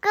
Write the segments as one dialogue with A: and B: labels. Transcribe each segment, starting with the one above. A: 哥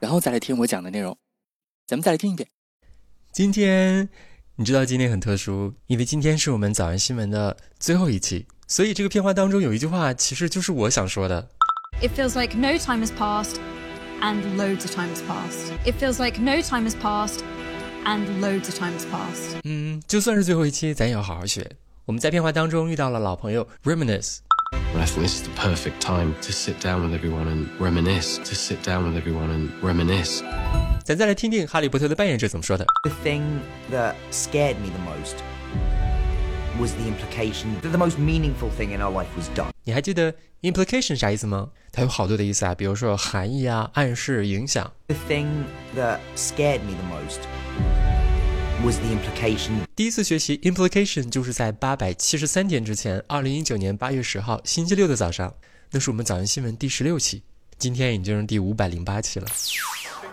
B: 然后再来听我讲的内容。咱们再来听一遍。
C: 今天你知道今天很特殊，因为今天是我们早安新闻的最后一期，所以这个片花当中有一句话，其实就是我想说的。
D: It feels like no time has passed and loads of time has passed. It feels like no time has passed and loads of time has passed.
C: 嗯，就算是最后一期，咱也要好好学。我们在片花当中遇到了老朋友 Reminisce，
E: And I think this is the perfect time to sit down with everyone and reminisce, to sit down with everyone and reminisce.
C: 咱再来听听哈利波特的扮演者怎么说的。
F: The thing that scared me the most was the implication that the most meaningful thing in our life was done.
C: 你还记得 implication 啥意思吗？它有好多的意思啊，比如说含义啊、暗示、影响。
F: The thing that scared me the most was the implication
C: 第一次学习 implication 就是在八百七十三天之前，二零一九年八月十号星期六的早上，那是我们早安新闻第十六期，今天已经是第五百零八期了。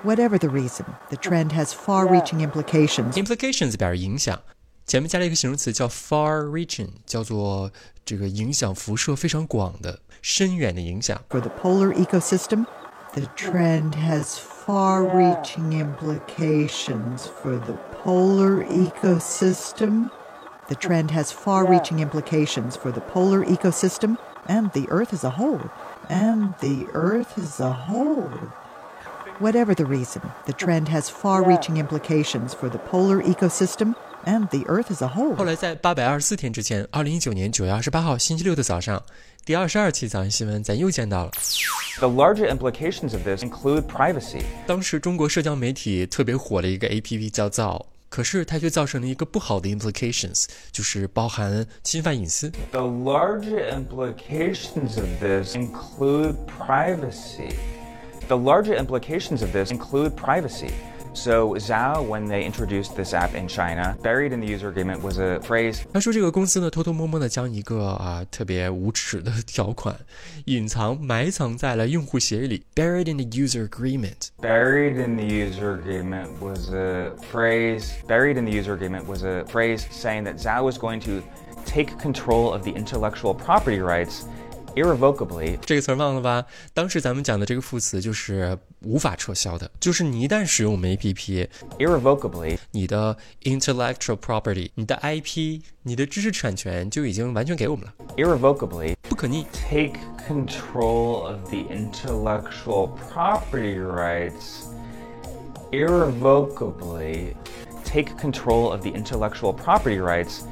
G: Whatever the reason, the trend has far reaching implications.
C: implications 表示影响，前面加了一个形容词叫 far-reaching，叫做这个影响辐射非常广的、深远的影响。
G: For the polar ecosystem, the trend has far reaching implications. For the polar ecosystem, the trend has far reaching implications for the polar ecosystem and the Earth as a whole. And the Earth as a whole. Whatever the reason, the trend has far reaching implications for the polar ecosystem and the Earth as a whole.
C: 后来在八百二十四天之前，二零一九年九月二十八号星期六的早上，第二十二期早安新闻咱又见到了。
H: The larger implications of this include privacy.
C: 当时中国社交媒体特别火的一个 APP 叫造，可是它却造成了一个不好的 implications，就是包含侵犯隐私。
H: The larger implications of this include privacy. The larger implications of this include privacy. So, Zhao, when they introduced this app in China, buried in the user agreement was a phrase
C: 他说这个公司呢，偷偷摸摸的将一个啊特别无耻的 条款隐藏埋藏在了用户协议里，buried in the user agreement。
H: buried in the user agreement was a phrase buried in the user agreement was a phrase saying that Zhao was going to take control of the intellectual property rights irrevocably
C: 这个词儿忘了吧？当时咱们讲的这个副词就是无法撤销的，就是你一旦使用我们 APP，
H: irrevocably
C: 你的 intellectual property、你的 IP、你的知识产权就已经完全给我们了，
H: irrevocably
C: 不可逆。
H: take control of the intellectual property rights irrevocably. Take control of the intellectual property rights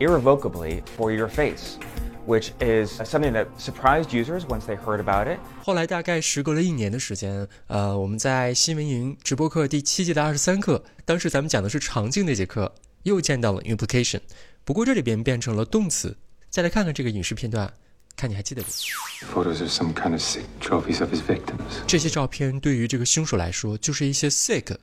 H: irrevocably for your face, which is something that surprised users once they heard about it.
C: 后来大概时隔了一年的时间，呃，我们在新闻营直播课第七季的二十三课，当时咱们讲的是长镜那节课，又见到了 implication，不过这里边变成了动词。再来看看这个影视片段，看你还记得不？
E: Photos of some kind of sick trophies of his victims.
C: 这些照片对于这个凶手来说，就是一些 sick，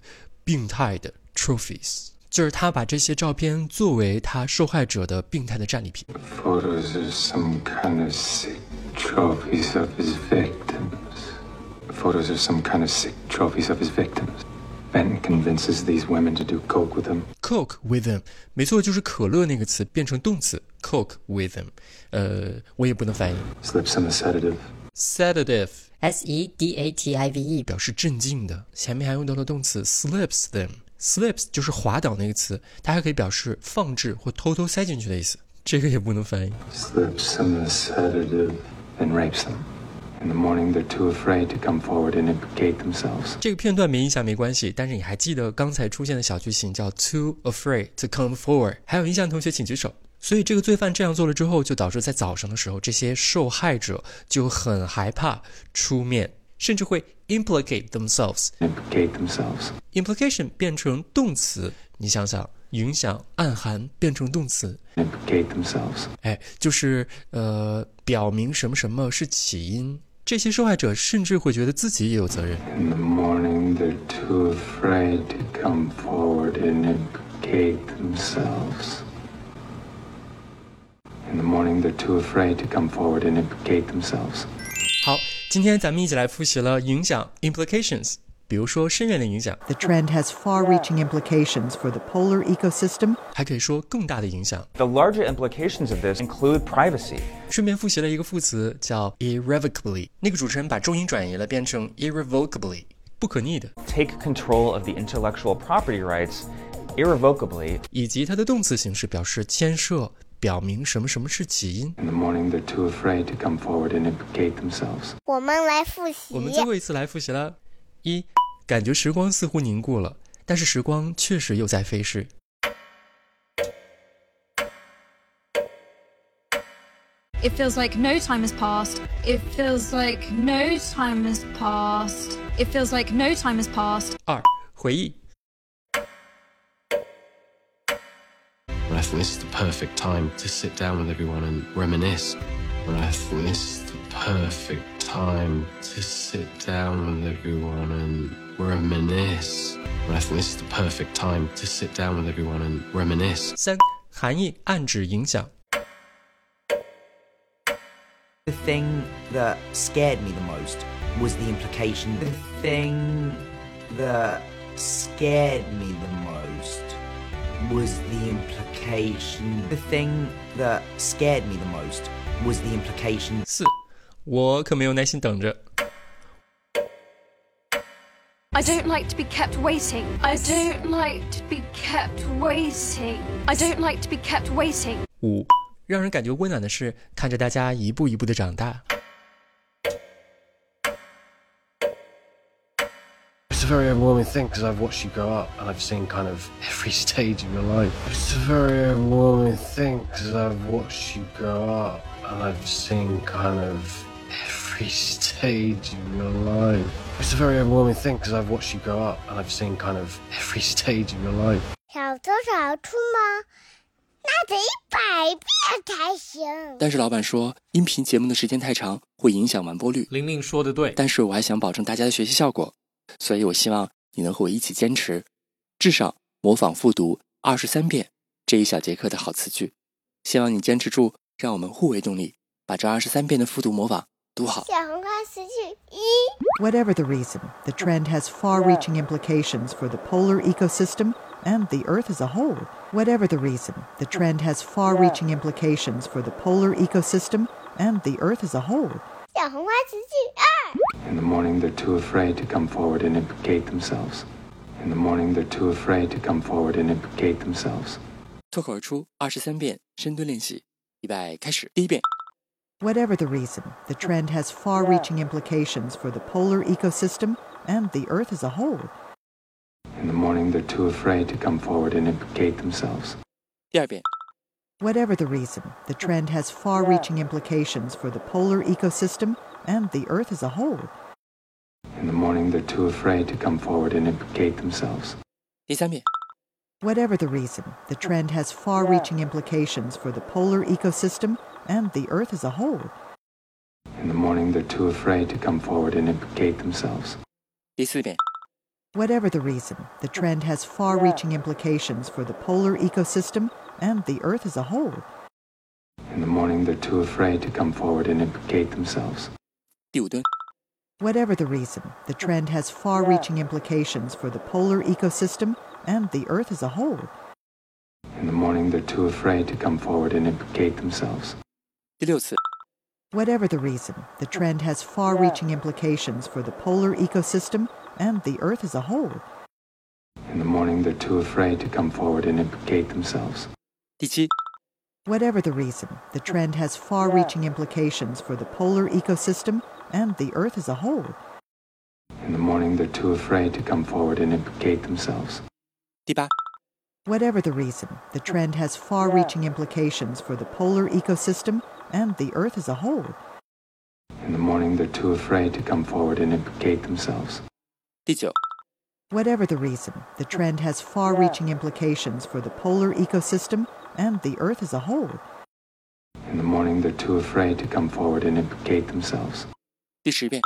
C: 病态的 trophies，就是他把这些照片作为他受害者的病态的战利品。
E: Photos of some kind of sick trophies of his victims. Photos of some kind of sick trophies of his victims. Benton convinces these women to do coke with him.
C: Coke with them，没错，就是可乐那个词变成动词 coke with them，呃，我也不能翻译。
E: Slips him a sedative.
C: sedative
I: S E D A T I V E
C: 表示镇静的，前面还用到了动词 slips them。slips 就是滑倒那个词，它还可以表示放置或偷偷塞进去的意思。这个也不能翻译。
E: Slips him a sedative and rapes them. In the morning, they're too afraid to come forward and implicate themselves.
C: 这个片段没印象没关系，但是你还记得刚才出现的小句型叫 too afraid to come forward，还有印象同学请举手。所以这个罪犯这样做了之后，就导致在早上的时候，这些受害者就很害怕出面，甚至会 implicate themselves。
E: Implicate themselves.
C: implication 变成动词，你想想，影响、暗含变成动词，
E: Implicate themselves.
C: 哎，就是呃，表明什么什么是起因。这些受害者甚至会觉得自己也有责任。
E: In the morning, assume they're too afraid to come forward and implicate themselves. In the morning, they're too afraid to come forward and implicate themselves.
C: 好，今天咱们一起来复习了影响 implications，比如说深远的影响，
G: The trend has far reaching implications for the polar ecosystem.
C: 还可以说更大的影响。
H: The larger implications of this include privacy.
C: 顺便复习了一个副词叫 irrevocably，那个主持人把重音转移了，变成 irrevocably，不可逆的。
H: Take control of the intellectual property rights irrevocably.
C: 以及它的动词形式表示牵涉，表明什么什么是起因。
E: In the morning, they're too afraid to come forward and implicate themselves.
J: 我们来复习
C: 我们最后一次来复习了，一，感觉时光似乎凝固了，但是时光确实又在飞逝。
D: It feels like no time has passed. It feels like no time has passed. It feels like no time has passed.
C: 二，回忆。
K: And I think this is the perfect time to sit down with everyone and reminisce. And I think this is the perfect time to sit down with everyone and reminisce. And I think this is the perfect time to sit down with everyone and reminisce.
C: 三，含义暗指影响。
F: The thing that scared me the most was the implication. The thing that scared me the most was the implication. The thing that scared me the most was the implication.
C: 四，我可没有耐心等着。
L: I don't like to be kept waiting. I don't like to be kept waiting. I don't like to be kept waiting.
C: 五，让人感觉温暖的是看着大家一步一步的长大。
K: It's a very overwhelming thing because I've watched you grow up and I've seen kind of every stage of your life. It's a very overwhelming thing because I've watched you grow up and I've seen kind of every stage of your life. It's a very overwhelming thing because I've watched you grow up and I've seen kind of every stage of your life.
M: 小多少出吗？那得一百遍才行。
B: 但是老板说，音频节目的时间太长，会影响完播率。
N: 玲玲说的对，
B: 但是我还想保证大家的学习效果，所以我希望你能和我一起坚持，至少模仿复读二十三遍这一小节课的好词句。希望你坚持住，让我们互为动力，把这二十三遍的复读模仿读好。
M: 小红花词句一，
G: Whatever the reason, the trend has far reaching implications for the polar ecosystem and the Earth as a whole. Whatever the reason, the trend has far reaching implications for the polar ecosystem and the Earth as a whole.
M: 小红花词句二，
E: In the morning, they're too afraid to come forward and implicate themselves. In the morning, they're too afraid to come forward and implicate themselves.
B: 脱口而出二十三遍深蹲练习，预备开始。第一遍，
G: Whatever the reason, the trend has far reaching implications for the polar ecosystem and the Earth as a whole.
E: In the morning, they're too afraid to come forward and implicate themselves.
B: 第二遍，
G: Whatever the reason, the trend has far reaching implications for the polar ecosystem and the Earth as a whole.
E: In the morning, they're too afraid to come forward and implicate themselves.
B: 第三遍，
G: Whatever the reason, the trend has far reaching implications for the polar ecosystem and the Earth as a whole.
E: In the morning, they're too afraid to come forward and implicate themselves.
B: 第四遍，
G: Whatever the reason, the trend has far reaching implications for the polar ecosystem and the Earth as a whole.
E: In the morning, they're too afraid to come forward and implicate themselves.
B: 第五蹲，
G: Whatever the reason, the trend has far reaching implications for the polar ecosystem and the Earth as a whole.
E: In the morning, they're too afraid to come forward and implicate themselves.
B: 第六次，
G: Whatever the reason, the trend has far reaching implications for the polar ecosystem and the Earth as a whole.
E: In the morning, they're too afraid to come forward and implicate themselves.
B: 第七，
G: Whatever the reason, the trend has far reaching implications for the polar ecosystem and the Earth as a whole.
E: In the morning, they're too afraid to come forward and implicate themselves.
B: 第八，
G: Whatever the reason, the trend has far reaching implications for the polar ecosystem and the Earth as a whole.
E: In the morning, they're too afraid to come forward and implicate themselves.
B: 第九，
G: Whatever the reason, the trend has far reaching implications for the polar ecosystem and the Earth as a whole.
E: In the morning, they're too afraid to come forward and implicate themselves.
B: 第十遍，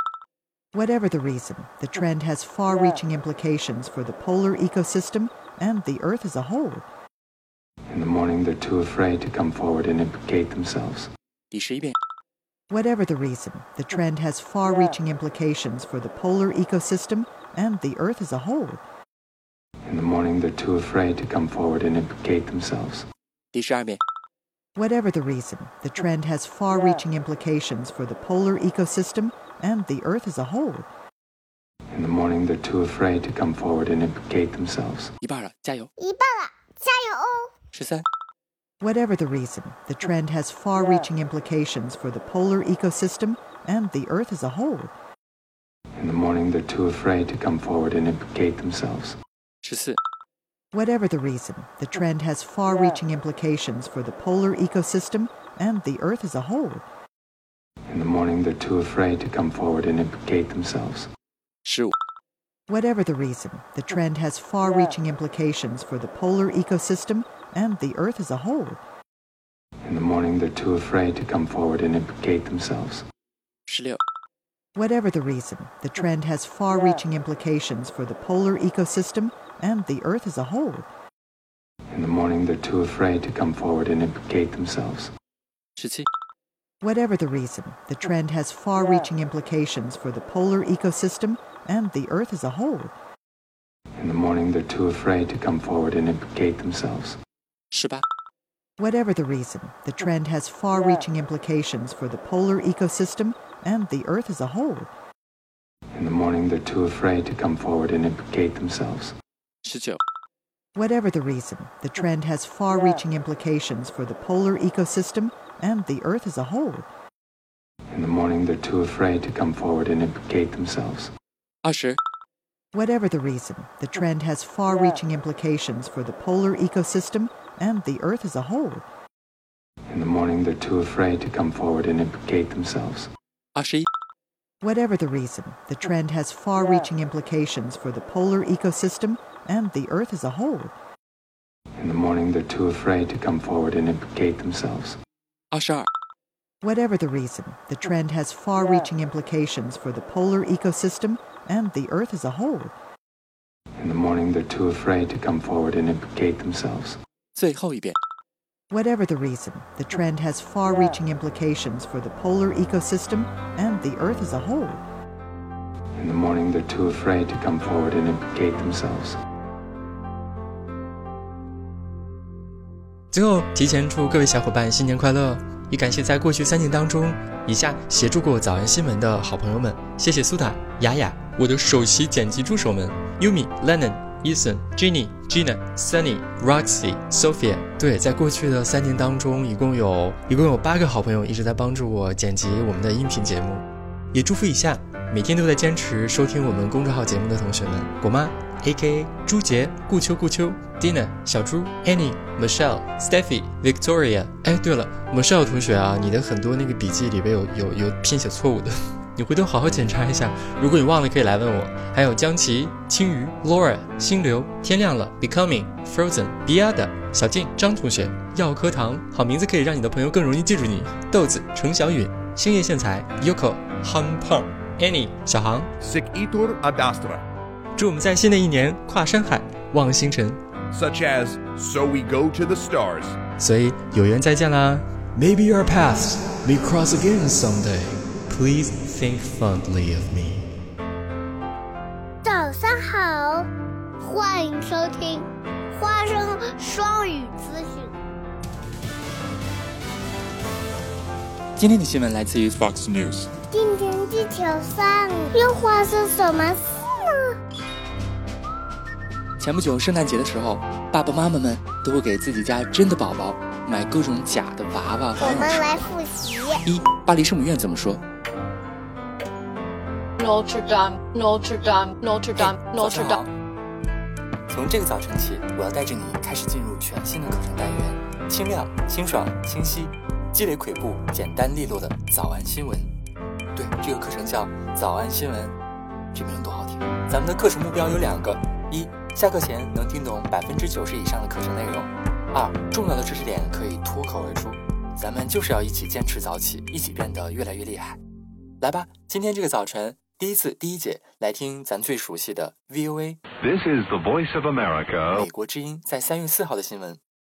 G: Whatever the reason, the trend has far reaching implications for the polar ecosystem and the Earth as a whole.
E: In the morning, they're too afraid to come forward and implicate themselves.
B: 第十一遍，
G: Whatever the reason, the trend has far reaching implications for the polar ecosystem and the Earth as a whole.
E: In the morning, they're too afraid to come forward and implicate themselves.
B: 第十二遍，
G: Whatever the reason, the trend has far reaching implications for the polar ecosystem and the Earth as a whole.
E: In the morning, they're too afraid to come forward and implicate themselves.
B: 一半了，加油！
M: 一半了，加油哦！
B: 十三、
G: Whatever the reason, the trend has far reaching implications for the polar ecosystem and the Earth as a whole.
E: In the morning, they're too afraid to come forward and implicate themselves.
B: 十四、
G: Whatever the reason, the trend has far reaching implications for the polar ecosystem and the Earth as a whole.
E: In the morning, they're too afraid to come forward and implicate themselves.
B: 十五、
G: Whatever the reason, the trend has far reaching implications for the polar ecosystem and the Earth as a whole.
E: In the morning, they're too afraid to come forward and implicate themselves.
B: 十六、
G: Whatever the reason, the trend has far reaching implications for the polar ecosystem and the Earth as a whole.
E: In the morning, they're too afraid to come forward and implicate themselves.
B: 十七、
G: Whatever the reason, the trend has far reaching implications for the polar ecosystem and the Earth as a whole.
E: In the morning, they're too afraid to come forward and implicate themselves.
B: 十八、
G: Whatever the reason, the trend has far reaching implications for the polar ecosystem and the Earth as a whole.
E: In the morning, they're too afraid to come forward and implicate themselves.
B: 十九、
G: Whatever the reason, the trend has far reaching implications for the polar ecosystem and the Earth as a whole.
E: In the morning, they're too afraid to come forward and implicate themselves.
B: 二十、
G: Whatever the reason, the trend has far reaching implications for the polar ecosystem and the Earth as a whole.
E: In the morning, they're too afraid to come forward and implicate themselves.
B: 二十一、
G: Whatever the reason, the trend has far reaching implications for the polar ecosystem and the Earth as a whole.
E: In the morning, they're too afraid to come forward and implicate themselves.
B: 二十二、
G: Whatever the reason, the trend has far reaching implications for the polar ecosystem and the Earth as a whole.
E: In the morning, they're too afraid to come forward and implicate themselves.
B: 最后一遍。
G: Whatever the reason, the trend has far reaching implications for the polar ecosystem and the Earth as a whole.
E: In the morning, they're too afraid to come forward and implicate themselves.
C: 最后，提前祝各位小伙伴新年快乐！也感谢在过去三年当中，以下协助过早安新闻的好朋友们，谢谢苏打、雅雅，我的首席剪辑助手们，Yumi、Lennon、Eason、Jenny、Gina、Sunny、Roxy、Sophia。对，在过去的三年当中，一共有一共有八个好朋友一直在帮助我剪辑我们的音频节目，也祝福以下每天都在坚持收听我们公众号节目的同学们：果妈 （A.K.A. 朱杰）、顾秋、顾秋、Dina、小猪、Annie、Michelle、Steffi、Victoria。哎，对了，Michelle 同学啊，你的很多那个笔记里边有有有拼写错误的，你回头好好检查一下。如果你忘了，可以来问我。还有江琪、青鱼、Laura、心流、天亮了、Becoming、Frozen、Biada、小静、张同学、药颗糖，好名字可以让你的朋友更容易记住你。豆子、程小允、星夜线材、Yoko、Han Peng、Annie、小航。
N: Sic itur ad astra,
C: 祝我们在新的一年跨山海，望星辰。
N: such as So We Go to the Stars.
C: 所以有缘再见啦。Maybe our paths may cross again someday. Please think fondly of me.
M: 早上好，欢迎收听花生双语资讯。
B: 今天的新闻来自于 Fox News。
M: 今天地球上又发生什么事呢？
B: 前不久圣诞节的时候，爸爸妈妈们都会给自己家真的宝宝买各种假的娃娃
M: 我
B: 玩
M: 们来复习。
B: 一，巴黎圣母院怎么说？
O: Notre Dame, Notre Dame, Notre Dame,
B: 哎早
O: Notre
B: 晨
O: Dame.
B: 好。从这个早晨起，我要带着你开始进入全新的课程单元，清亮、清爽、清晰，积累跬步，简单利落的早安新闻。对，这个课程叫早安新闻，这名多好听。咱们的课程目标有两个：一，下课前能听懂百分之九十以上的课程内容；二，重要的知识点可以脱口而出。咱们就是要一起坚持早起，一起变得越来越厉害。来吧，今天这个早晨，
C: 第一次第一节来听咱最熟悉的 VOA
K: This is the voice of America.
C: 美国之音在三月四号的新闻。